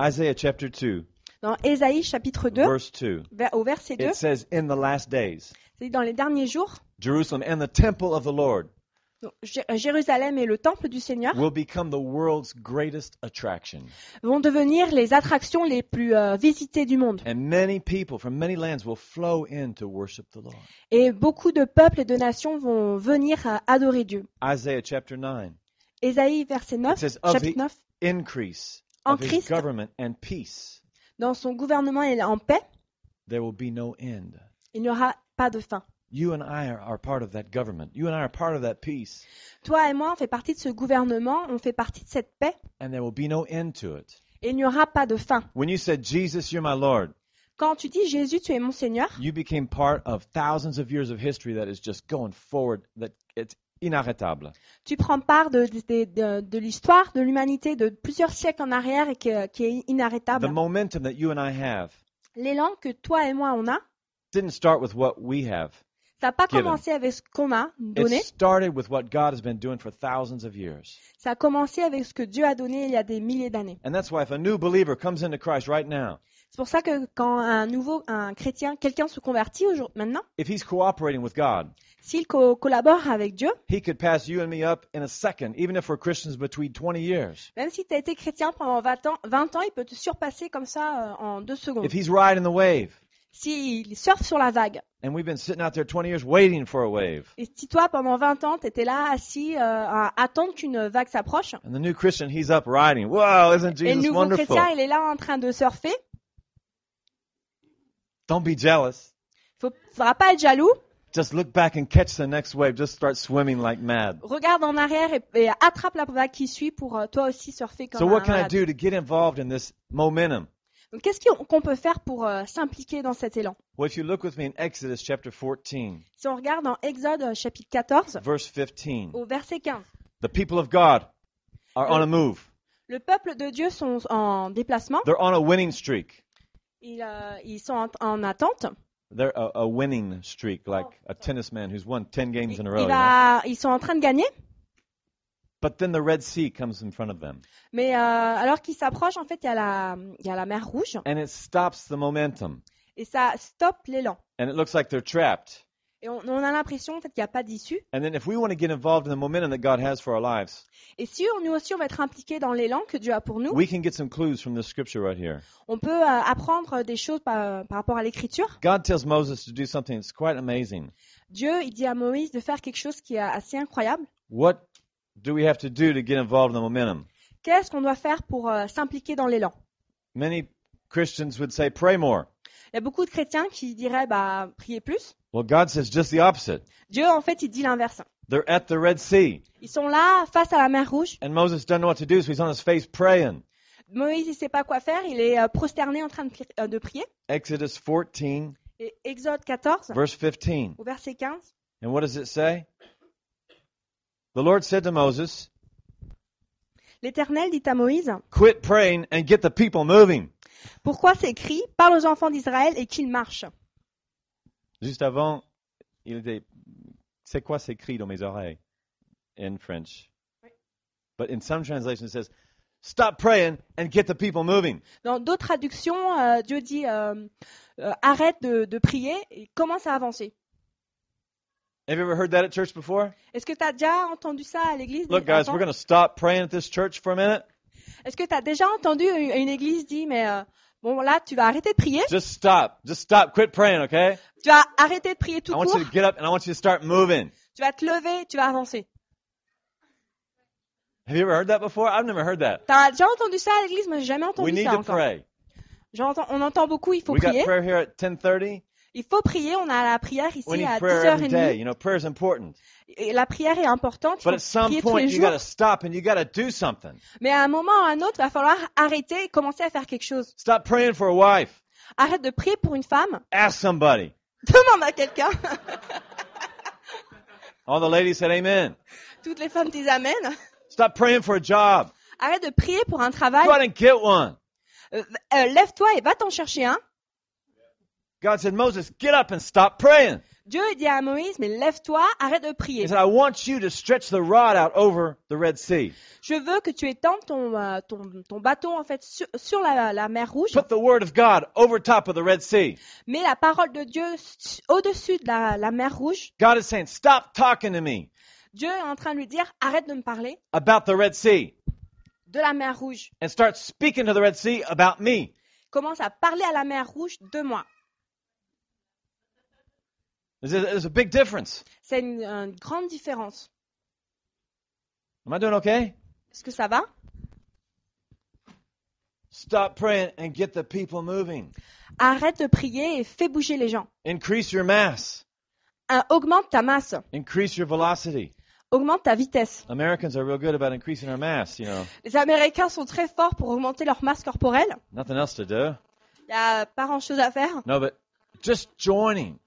Speaker 1: Isaiah chapter 2,
Speaker 2: Dans Ésaïe chapitre 2,
Speaker 1: verse 2.
Speaker 2: ver- au verset 2,
Speaker 1: It says, In the last days,
Speaker 2: c'est dans les derniers jours,
Speaker 1: Jerusalem and the temple of the Lord
Speaker 2: donc, Jé- Jérusalem et le temple du Seigneur
Speaker 1: will become the world's greatest attraction.
Speaker 2: vont devenir les attractions les plus euh, visitées du monde.
Speaker 1: And many people from many lands will flow in to worship the Lord.
Speaker 2: Et beaucoup de peuples et de nations vont venir euh, adorer Dieu.
Speaker 1: Isaiah chapter 9.
Speaker 2: Ésaïe verset
Speaker 1: It
Speaker 2: 9,
Speaker 1: says, Of
Speaker 2: chapitre
Speaker 1: the
Speaker 2: 9,
Speaker 1: increase
Speaker 2: En
Speaker 1: of his
Speaker 2: Christ.
Speaker 1: government and peace,
Speaker 2: dans son gouvernement il est en paix,
Speaker 1: there will be no end.
Speaker 2: il n'y aura pas de fin.
Speaker 1: You and I are, are part of that government. You and I are part of that peace.
Speaker 2: Toi et moi, on fait partie de ce gouvernement, on fait partie de cette paix,
Speaker 1: And there will be no end to it.
Speaker 2: et il n'y aura pas de fin.
Speaker 1: When you said, Jesus, you're my Lord,
Speaker 2: Quand tu dis Jésus, tu es mon Seigneur,
Speaker 1: you became part of thousands of years of history that is just going forward, that it's inarrêtable.
Speaker 2: tu prends part de, de- de- de l'histoire de l'humanité de plusieurs siècles en arrière et que- qui est
Speaker 1: The
Speaker 2: inarrêtable.
Speaker 1: momentum that you and I have
Speaker 2: L'élan que toi et moi on a,
Speaker 1: didn't start with what we have.
Speaker 2: ça n'a pas
Speaker 1: Given.
Speaker 2: commencé avec ce qu'on a donné,
Speaker 1: It started with what God has been doing for thousands of years.
Speaker 2: ça a commencé avec ce que Dieu a donné il y a des milliers d'années.
Speaker 1: And that's why if a new believer comes into Christ right now,
Speaker 2: C'est pour ça que quand un nouveau, un chrétien, quelqu'un se convertit aujourd'hui, maintenant,
Speaker 1: if he's cooperating with God,
Speaker 2: s'il co- collabore avec Dieu,
Speaker 1: he could pass you and me up in a second, even if we're Christians between 20 years.
Speaker 2: même si tu as été chrétien pendant 20 ans, 20 ans, il peut te surpasser comme ça euh, en deux secondes.
Speaker 1: If he's riding the wave,
Speaker 2: S'il surfe sur la vague,
Speaker 1: and we've been sitting out there 20 years waiting for a wave,
Speaker 2: et si toi, pendant 20 ans, tu étais là assis euh, à attendre qu'une vague s'approche,
Speaker 1: and the new Christian, he's up riding. Wow, isn't
Speaker 2: et le
Speaker 1: Jesus
Speaker 2: nouveau
Speaker 1: wonderful?
Speaker 2: chrétien, il est là en train de surfer,
Speaker 1: Don't be jealous.
Speaker 2: il ne faudra pas être jaloux,
Speaker 1: Just look back and catch the next wave. Just start swimming like mad.
Speaker 2: regarde en arrière et, et attrape la vague qui suit pour euh, toi aussi surfer comme
Speaker 1: So
Speaker 2: un
Speaker 1: what can I
Speaker 2: malade.
Speaker 1: do to get involved in this momentum?
Speaker 2: Donc qu'est-ce qu'on qu'on peut faire pour euh, s'impliquer dans cet élan
Speaker 1: Well, if you look with me in Exodus chapter 14,
Speaker 2: Si on regarde en Exode euh, chapitre 14,
Speaker 1: verse 15,
Speaker 2: au verset 15,
Speaker 1: the people of God are on a move.
Speaker 2: le peuple de Dieu sont en déplacement,
Speaker 1: They're on a winning streak.
Speaker 2: ils, euh, ils sont en, en attente,
Speaker 1: They're a, a winning streak, like a tennis man who's won 10 games in a row.
Speaker 2: Il
Speaker 1: you know?
Speaker 2: va- ils sont en train de gagner.
Speaker 1: But then the Red Sea comes in front of them,
Speaker 2: Mais euh, alors qu'ils s'approchent, en fait, il y, a la, il y a la mer rouge
Speaker 1: and it stops the momentum,
Speaker 2: et ça stoppe l'élan.
Speaker 1: and it looks like they're trapped.
Speaker 2: Et on, on a l'impression en fait, qu'il n'y a pas d'issue.
Speaker 1: And then if we want to get involved in the momentum that God has for our lives,
Speaker 2: Et si on, nous aussi, on va être impliqué dans l'élan que Dieu a pour nous,
Speaker 1: we can get some clues from this scripture right here.
Speaker 2: on peut euh, apprendre des choses par, par rapport à l'écriture.
Speaker 1: God tells Moses to do something that's quite amazing.
Speaker 2: Dieu, il dit à Moïse de faire quelque chose qui est assez incroyable.
Speaker 1: What do we have to do to get involved in the momentum?
Speaker 2: Qu'est-ce qu'on doit faire pour euh, s'impliquer dans l'élan
Speaker 1: Many Christians would say, pray more.
Speaker 2: Il y a beaucoup de chrétiens qui diraient, bah, priez plus.
Speaker 1: Well, God says just the opposite.
Speaker 2: Dieu, en fait, il dit l'inverse.
Speaker 1: They're at the Red Sea,
Speaker 2: Ils sont là, face à la mer rouge.
Speaker 1: and Moses doesn't know what to do, so he's on his face praying.
Speaker 2: Moïse, il sait pas quoi faire. Il est euh, prosterné en train de, pri- euh, de prier.
Speaker 1: Exodus 14,
Speaker 2: Et Exode 14,
Speaker 1: verse 15.
Speaker 2: au verset 15.
Speaker 1: And what does it say? The Lord said to Moses,
Speaker 2: L'Éternel dit à Moïse,
Speaker 1: Quit praying and get the people moving.
Speaker 2: pourquoi s'écrit, parle aux enfants d'Israël et qu'ils marchent.
Speaker 1: Juste avant, il était. C'est quoi ces cris dans mes oreilles? In French.
Speaker 2: Oui.
Speaker 1: But in some translations, it says, Stop praying and get the people moving.
Speaker 2: Dans d'autres traductions, euh, Dieu dit, euh, euh, arrête de, de prier et commence à avancer.
Speaker 1: Have you ever heard that at church before?
Speaker 2: Est-ce que tu as déjà entendu ça à l'église des
Speaker 1: Look, guys,
Speaker 2: enfants
Speaker 1: we're going to stop praying at this church for a minute.
Speaker 2: Est-ce que tu as déjà entendu une, une église dire, mais euh, bon, là, tu vas arrêter de prier,
Speaker 1: Just stop. Just stop. Quit praying, okay?
Speaker 2: tu vas arrêter de prier tout
Speaker 1: I
Speaker 2: court,
Speaker 1: want you to get up and I want you to start moving.
Speaker 2: tu vas te lever, tu vas avancer.
Speaker 1: Have you ever heard that before? I've never heard that.
Speaker 2: Tu as déjà entendu ça à l'église Moi, j'ai jamais
Speaker 1: We
Speaker 2: entendu
Speaker 1: need
Speaker 2: ça
Speaker 1: to
Speaker 2: encore.
Speaker 1: pray.
Speaker 2: J'entends- on entend beaucoup, il faut
Speaker 1: We got
Speaker 2: prier.
Speaker 1: prayer here at 10:30.
Speaker 2: Il faut prier, on a la prière
Speaker 1: We
Speaker 2: ici
Speaker 1: need
Speaker 2: à
Speaker 1: prayer every day.
Speaker 2: 10h30.
Speaker 1: You know, prayer is important.
Speaker 2: Et la prière est importante,
Speaker 1: But
Speaker 2: il
Speaker 1: at
Speaker 2: faut
Speaker 1: some
Speaker 2: prier tous les
Speaker 1: point, you
Speaker 2: jours.
Speaker 1: got to stop and you got to do something.
Speaker 2: Mais à un moment ou à un autre, il va falloir arrêter et commencer à faire quelque chose.
Speaker 1: Stop praying for a wife.
Speaker 2: Arrête de prier pour une femme,
Speaker 1: Ask somebody.
Speaker 2: demande à quelqu'un.
Speaker 1: All the ladies said amen.
Speaker 2: Toutes les femmes disent Amen.
Speaker 1: Stop praying for a job.
Speaker 2: Arrête de prier pour un
Speaker 1: Go
Speaker 2: travail.
Speaker 1: out and get one.
Speaker 2: Euh, euh, Lève-toi et va t'en chercher un.
Speaker 1: God said, Moses, get up and stop praying.
Speaker 2: Dieu dit à Moïse, mais lève-toi, arrête de
Speaker 1: He
Speaker 2: prier.
Speaker 1: said, I want you to stretch the rod out over the Red Sea.
Speaker 2: Je veux que tu étendes ton, euh, ton, ton bâton en fait sur, sur la, la mer rouge,
Speaker 1: Put the word of God over top of the Red Sea.
Speaker 2: mets la parole de Dieu su- au-dessus de la, la mer rouge.
Speaker 1: God is saying, stop talking to me
Speaker 2: Dieu est en train de lui dire, arrête de me parler
Speaker 1: about the Red Sea
Speaker 2: de la mer rouge.
Speaker 1: and start speaking to the Red Sea about me.
Speaker 2: Commence à parler à la mer rouge de moi.
Speaker 1: There's a, there's a big difference.
Speaker 2: C'est une, une grande différence.
Speaker 1: Am I doing okay?
Speaker 2: Est-ce que ça va
Speaker 1: Stop praying and get the people moving.
Speaker 2: Arrête de prier et fais bouger les gens.
Speaker 1: Increase your mass.
Speaker 2: Un, augmente ta masse,
Speaker 1: Increase your velocity.
Speaker 2: augmente ta vitesse.
Speaker 1: Americans are real good about increasing our mass, you know.
Speaker 2: Les Américains sont très forts pour augmenter leur masse corporelle.
Speaker 1: Nothing else to do.
Speaker 2: Il n'y a pas grand-chose à faire.
Speaker 1: No, but just joining.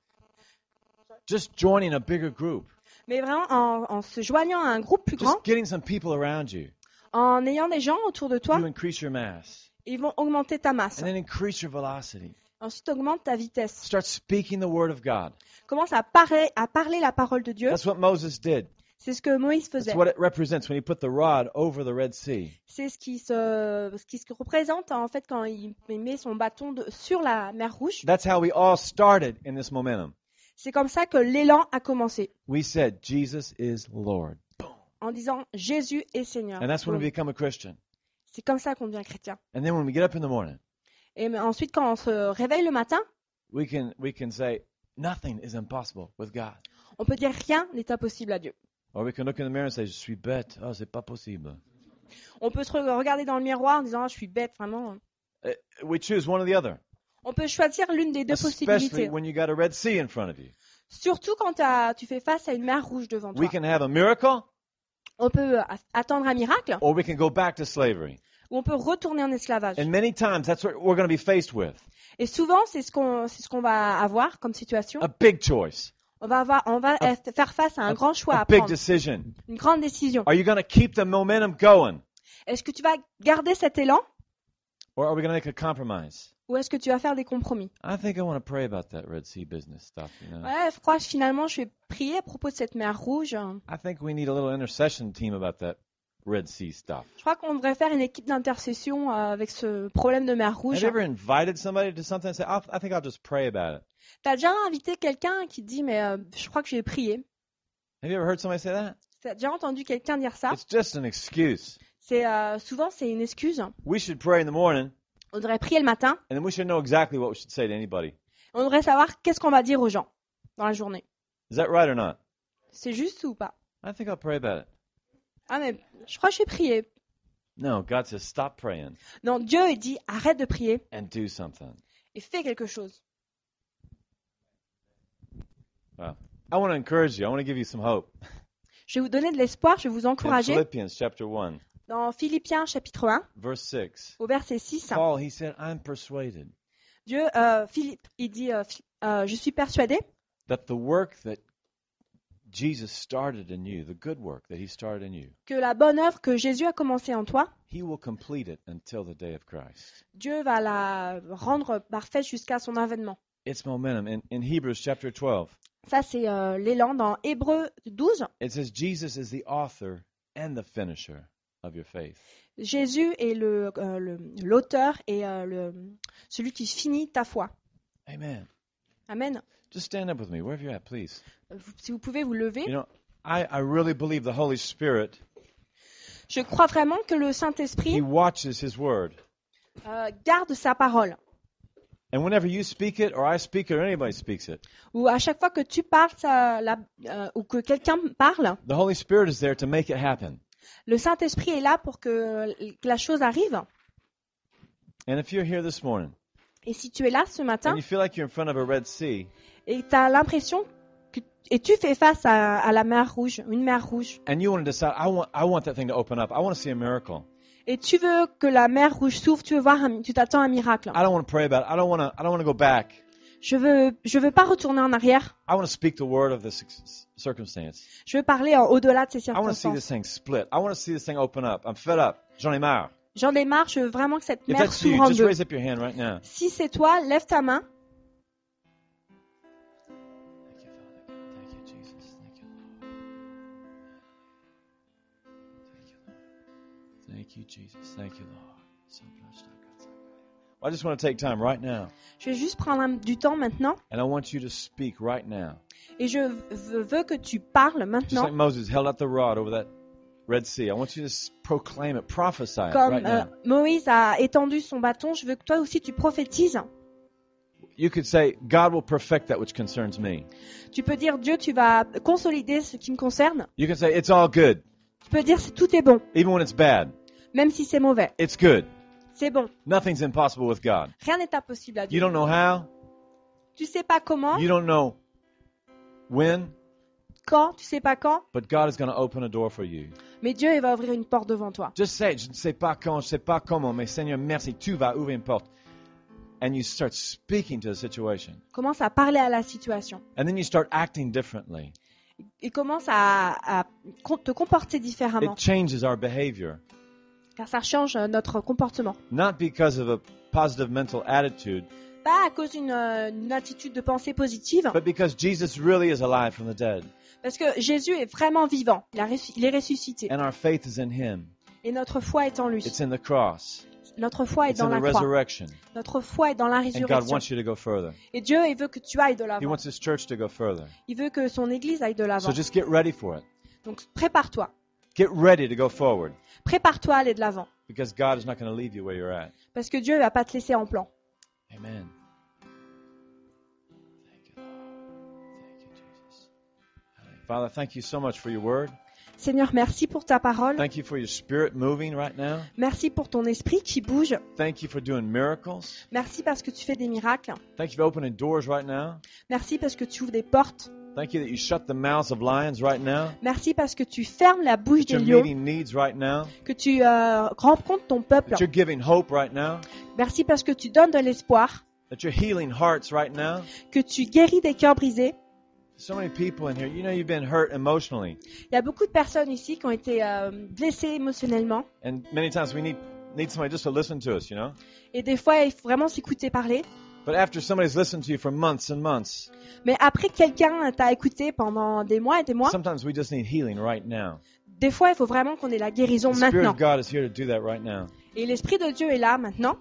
Speaker 1: Just joining a bigger group.
Speaker 2: Mais vraiment, en, en se joignant à un groupe plus grand,
Speaker 1: Just getting some people around you.
Speaker 2: en ayant des gens autour de toi,
Speaker 1: You increase your mass.
Speaker 2: ils vont augmenter ta masse.
Speaker 1: And then increase your velocity.
Speaker 2: Ensuite, augmente ta vitesse.
Speaker 1: Start speaking the word of God.
Speaker 2: Commence à parler, à parler la parole de Dieu.
Speaker 1: That's what Moses did.
Speaker 2: C'est ce que Moïse faisait.
Speaker 1: That's what it represents when he put the rod over the Red Sea.
Speaker 2: C'est ce qui se, ce qui se représente en fait quand il il met son bâton de- sur la mer rouge.
Speaker 1: That's how we all started in this momentum.
Speaker 2: C'est comme ça que l'élan a commencé,
Speaker 1: We said, Jesus is Lord.
Speaker 2: en disant Jésus est Seigneur.
Speaker 1: And that's when we
Speaker 2: Boom.
Speaker 1: become a Christian.
Speaker 2: C'est comme ça qu'on devient chrétien.
Speaker 1: And then when we get up in the morning,
Speaker 2: Et mais ensuite, quand on se réveille le matin,
Speaker 1: we can, we can say, nothing is impossible with God.
Speaker 2: on peut dire rien n'est impossible à Dieu.
Speaker 1: Or we can look in the mirror and say, Je suis bête. Oh, c'est pas possible.
Speaker 2: On peut se re- regarder dans le miroir en disant Ah, je suis bête vraiment.
Speaker 1: We choose one or the other.
Speaker 2: On peut choisir l'une des deux
Speaker 1: Especially
Speaker 2: possibilités.
Speaker 1: when you got a Red Sea in front of you.
Speaker 2: Surtout quand t'as- tu fais face à une mer rouge devant toi.
Speaker 1: We can have a miracle
Speaker 2: On peut euh, attendre un miracle
Speaker 1: or we can go back to slavery.
Speaker 2: ou on peut retourner en esclavage.
Speaker 1: And many times that's what we're going to be faced with.
Speaker 2: Et souvent, c'est ce qu'on c'est ce qu'on va avoir comme situation.
Speaker 1: A big choice.
Speaker 2: On va, avoir, on va être- faire face à un grand choix
Speaker 1: A
Speaker 2: à
Speaker 1: big
Speaker 2: prendre,
Speaker 1: decision.
Speaker 2: une grande décision.
Speaker 1: Are you going to keep the momentum going
Speaker 2: Est-ce que tu vas garder cet élan
Speaker 1: or are we going to make a compromise?
Speaker 2: ou est-ce que tu vas faire des compromis
Speaker 1: I think I want to pray about that Red Sea business stuff, you know.
Speaker 2: Ouais, je crois que finalement, je vais prier à propos de cette mer rouge.
Speaker 1: I think we need a little intercession team about that Red Sea stuff.
Speaker 2: Je crois qu'on devrait faire une équipe d'intercession euh, avec ce problème de mer
Speaker 1: Have
Speaker 2: rouge.
Speaker 1: you ever invited somebody to something and say, "I'll- I think I'll just pray about it?
Speaker 2: T'as déjà invité quelqu'un qui dit mais euh, je crois que je vais prier.
Speaker 1: Have you ever heard somebody say that?
Speaker 2: T'as déjà entendu quelqu'un dire ça
Speaker 1: It's just an excuse.
Speaker 2: C'est euh, souvent c'est une excuse.
Speaker 1: We should pray in the morning,
Speaker 2: On devrait prier le matin.
Speaker 1: and then we should know exactly what we should say to anybody.
Speaker 2: On devrait savoir qu'est-ce qu'on va dire aux gens dans la journée.
Speaker 1: Is that right or not?
Speaker 2: C'est juste ou pas
Speaker 1: I think I'll pray about it.
Speaker 2: Ah mais je crois que je vais prier.
Speaker 1: No, God says stop praying
Speaker 2: Non, Dieu il dit arrête de prier
Speaker 1: and do something.
Speaker 2: et fais quelque chose.
Speaker 1: I want to encourage you. I want to give you some hope.
Speaker 2: Je vais vous donner de l'espoir, je vais vous
Speaker 1: In
Speaker 2: encourager.
Speaker 1: Philippians chapter 1,
Speaker 2: Dans Philippiens chapitre 1,
Speaker 1: verse 6.
Speaker 2: au verset 6,
Speaker 1: Paul, he said, I'm persuaded
Speaker 2: Dieu, euh, Philippe, il dit, euh, Phi- euh, je suis persuadé
Speaker 1: that the work that Jesus started in you, the good work that he started in you,
Speaker 2: que la bonne œuvre que Jésus a commencée en toi,
Speaker 1: he will complete it until the day of Christ.
Speaker 2: Dieu va la rendre parfaite jusqu'à son avènement.
Speaker 1: It's momentum. In, in Hebrews chapter 12,
Speaker 2: Ça, c'est euh, l'élan dans Hébreu 12.
Speaker 1: it says, Jesus is the author and the finisher of your faith.
Speaker 2: Jésus est le, euh, le- l'auteur et euh, le- celui qui finit ta foi.
Speaker 1: Amen.
Speaker 2: Amen.
Speaker 1: Just stand up with me, wherever you're at, please.
Speaker 2: Euh, vous- si vous pouvez vous lever.
Speaker 1: You know, I, I really believe the Holy Spirit,
Speaker 2: Je crois vraiment que le
Speaker 1: he
Speaker 2: Saint-Esprit
Speaker 1: watches his word.
Speaker 2: euh, garde sa parole.
Speaker 1: And whenever you speak it, or I speak it, or anybody speaks it,
Speaker 2: Ou à chaque fois que tu parles ça, la- euh, ou que quelqu'un parle,
Speaker 1: the Holy Spirit is there to make it happen.
Speaker 2: le Saint-Esprit est là pour que, que la chose arrive.
Speaker 1: And if you're here this morning
Speaker 2: Et si tu es là ce matin
Speaker 1: and you feel like you're in front of a Red Sea
Speaker 2: et tu as l'impression que et tu fais face à, à la mer rouge, une mer rouge,
Speaker 1: and you want to decide, I want, I want that thing to open up. I want to see a miracle.
Speaker 2: et tu veux que la mer rouge s'ouvre, tu veux voir, un- tu t'attends à un miracle.
Speaker 1: I don't want to pray about it. I don't want to, I don't want to go back.
Speaker 2: Je veux, je veux pas retourner en arrière.
Speaker 1: I want to speak the word of this ex- circumstance.
Speaker 2: Je veux parler en- au-delà de ces
Speaker 1: I want to see
Speaker 2: circonstances.
Speaker 1: this thing split. I want to see this thing open up. I'm fed up. J'en ai marre.
Speaker 2: J'en démarre, je veux vraiment que cette
Speaker 1: If
Speaker 2: mer
Speaker 1: that's you,
Speaker 2: s'ouvre en
Speaker 1: just
Speaker 2: deux.
Speaker 1: raise up your hand right now.
Speaker 2: Si c'est toi, lève ta main.
Speaker 1: Thank you, Father. Thank you, Jesus. Thank you, Lord. Thank you, Lord. Thank you, Jesus. Thank you, Lord. So blessed I got so glad. Well, I just want to take time right now,
Speaker 2: Je vais juste prendre un- du temps maintenant
Speaker 1: and I want you to speak right now.
Speaker 2: et je v- veux que tu parles
Speaker 1: Just
Speaker 2: maintenant
Speaker 1: like Moses held out the rod over that Red Sea. I want you to s- proclaim it, prophesy it
Speaker 2: comme
Speaker 1: right
Speaker 2: euh,
Speaker 1: now.
Speaker 2: Moïse a étendu son bâton, je veux que toi aussi tu prophétises.
Speaker 1: You could say, God will perfect that which concerns me.
Speaker 2: Tu peux dire Dieu, tu vas consolider ce qui me concerne.
Speaker 1: You can say, it's all good.
Speaker 2: Tu peux dire c'est- tout est bon,
Speaker 1: Even when it's bad,
Speaker 2: même si c'est mauvais.
Speaker 1: it's good.
Speaker 2: C'est bon.
Speaker 1: Nothing's impossible with God.
Speaker 2: Rien n'est impossible à
Speaker 1: You
Speaker 2: Dieu.
Speaker 1: don't know how,
Speaker 2: Tu sais pas comment,
Speaker 1: you don't know when,
Speaker 2: quand, tu sais pas quand,
Speaker 1: But God is going to open a door for you.
Speaker 2: mais Dieu, il va ouvrir une porte devant toi.
Speaker 1: Just say, je ne sais pas quand, je ne sais pas comment, mais Seigneur, merci, tu vas ouvrir une porte. And you start speaking to the situation.
Speaker 2: Commence à parler à la situation.
Speaker 1: And then you start acting differently.
Speaker 2: Il commence à, à com- te comporter différemment,
Speaker 1: It changes our behavior.
Speaker 2: car ça change euh, notre comportement.
Speaker 1: Not because of a positive mental attitude,
Speaker 2: Pas à cause d'une euh, une attitude de pensée positive,
Speaker 1: but because Jesus really is alive from the dead.
Speaker 2: parce que Jésus est vraiment vivant. Il, a ressu- il est ressuscité.
Speaker 1: And our faith is in Him.
Speaker 2: Et notre foi est en lui.
Speaker 1: It's in the cross.
Speaker 2: Notre foi est
Speaker 1: It's
Speaker 2: dans
Speaker 1: in the
Speaker 2: la croix.
Speaker 1: resurrection.
Speaker 2: Notre foi est dans la
Speaker 1: And God
Speaker 2: résurrection.
Speaker 1: wants you to go further.
Speaker 2: Et Dieu, il veut que tu ailles de
Speaker 1: He
Speaker 2: l'avant.
Speaker 1: wants His church to go further.
Speaker 2: Il veut que son Église aille de l'avant.
Speaker 1: So just get ready for it.
Speaker 2: Donc prépare-toi.
Speaker 1: Get ready to go forward.
Speaker 2: Prépare-toi à aller de l'avant.
Speaker 1: Because God is not going to leave you where you're at.
Speaker 2: Parce que Dieu ne va pas te laisser en plan.
Speaker 1: Amen. Thank you, Lord. Thank you, Jesus. Hallelujah. Father, thank you so much for your word.
Speaker 2: Seigneur, merci pour ta parole.
Speaker 1: Thank you for your spirit moving right now.
Speaker 2: Merci pour ton esprit qui bouge.
Speaker 1: Thank you for doing miracles.
Speaker 2: Merci parce que tu fais des miracles.
Speaker 1: Thank you for opening doors right now.
Speaker 2: Merci parce que tu ouvres des portes.
Speaker 1: Thank you that you shut the mouths of lions right now.
Speaker 2: Merci parce que tu fermes la bouche
Speaker 1: That
Speaker 2: des
Speaker 1: you're
Speaker 2: lions,
Speaker 1: meeting needs right now.
Speaker 2: que tu euh, rencontres ton peuple.
Speaker 1: That you're giving hope right now.
Speaker 2: Merci parce que tu donnes de l'espoir,
Speaker 1: That you're healing hearts right now.
Speaker 2: que tu guéris des cœurs brisés.
Speaker 1: So many people in here, you know, you've been hurt emotionally.
Speaker 2: Il y a beaucoup de personnes ici qui ont été euh, blessées émotionnellement.
Speaker 1: And many times we need, need somebody just to listen to us, you know?
Speaker 2: Et des fois, il faut vraiment s'écouter parler.
Speaker 1: But after somebody's listened to you for months and months,
Speaker 2: Mais après, quelqu'un t'a écouté pendant des mois et des mois.
Speaker 1: sometimes we just need healing right now.
Speaker 2: Des fois, il faut vraiment qu'on ait la guérison
Speaker 1: The Spirit
Speaker 2: maintenant.
Speaker 1: of God is here to do that right now.
Speaker 2: Et l'Esprit de Dieu est là maintenant.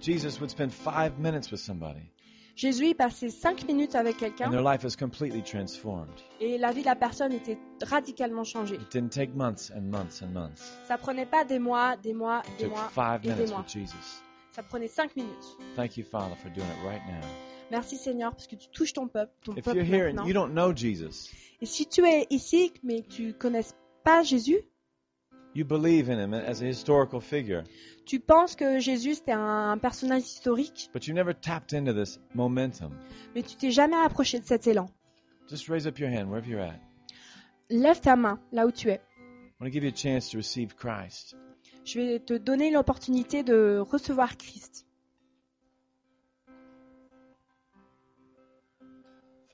Speaker 1: Jesus would spend five minutes with somebody,
Speaker 2: Jésus il passait cinq minutes avec
Speaker 1: and their
Speaker 2: quelqu'un
Speaker 1: life is completely transformed.
Speaker 2: et la vie de la personne était radicalement changée.
Speaker 1: It didn't take months and months and months.
Speaker 2: Ça prenait pas des mois, des mois,
Speaker 1: It
Speaker 2: des
Speaker 1: took
Speaker 2: mois.
Speaker 1: five
Speaker 2: et des
Speaker 1: minutes
Speaker 2: mois.
Speaker 1: with Jesus.
Speaker 2: Ça prenait cinq minutes.
Speaker 1: Thank you, Father, for doing it right now.
Speaker 2: Merci Seigneur parce que tu touches ton peuple, ton
Speaker 1: If
Speaker 2: peuple
Speaker 1: you're here and
Speaker 2: maintenant.
Speaker 1: you don't know Jesus,
Speaker 2: Et si tu es ici mais tu connais pas Jésus
Speaker 1: You believe in him as a historical figure,
Speaker 2: Tu penses que Jésus c'était un personnage historique,
Speaker 1: but you never tapped into this momentum.
Speaker 2: mais tu t'es jamais approché de cet élan.
Speaker 1: Just raise up your hand wherever you're at.
Speaker 2: Lève ta main là où tu es.
Speaker 1: I want to give you a chance to receive Christ.
Speaker 2: Je vais te donner l'opportunité de recevoir Christ.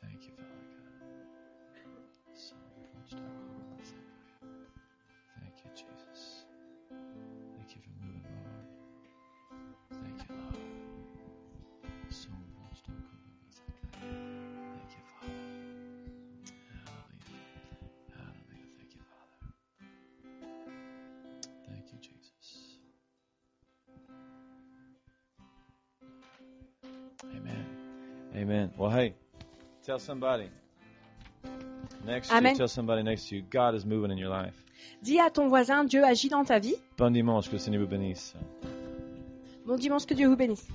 Speaker 1: Thank you, Father God. Son, approach to our heart. Thank you, Jesus. Thank you for moving, Lord. Thank you, Lord. Son, approach to our heart. Thank you, Father. Hallelujah. Hallelujah. Thank you, Father. Thank you, Jesus. Amen. Amen. Well, hey. Tell somebody next to you.
Speaker 2: Amen.
Speaker 1: Tell somebody next to you. God is moving in your life.
Speaker 2: Dis à ton voisin, Dieu agit dans ta vie.
Speaker 1: Bon dimanche, que le Seigneur vous bénisse.
Speaker 2: Bon dimanche, que Dieu vous bénisse.